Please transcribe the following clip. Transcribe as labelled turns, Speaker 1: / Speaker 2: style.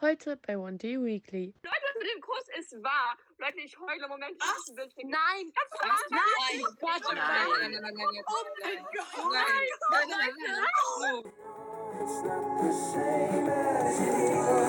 Speaker 1: Heute bei One Day Weekly.
Speaker 2: Leute, das mit dem Kuss ist wahr. Leute, ich heule im Moment. Was?
Speaker 3: Nein!
Speaker 2: Kannst du das
Speaker 3: Nein!
Speaker 2: Quatsch,
Speaker 3: Nein!
Speaker 2: nein.
Speaker 3: Nein!
Speaker 4: nein, nein, jetzt.
Speaker 2: Oh mein Gott.
Speaker 4: nein, nein, nein, nein.
Speaker 5: It's not the same as it was.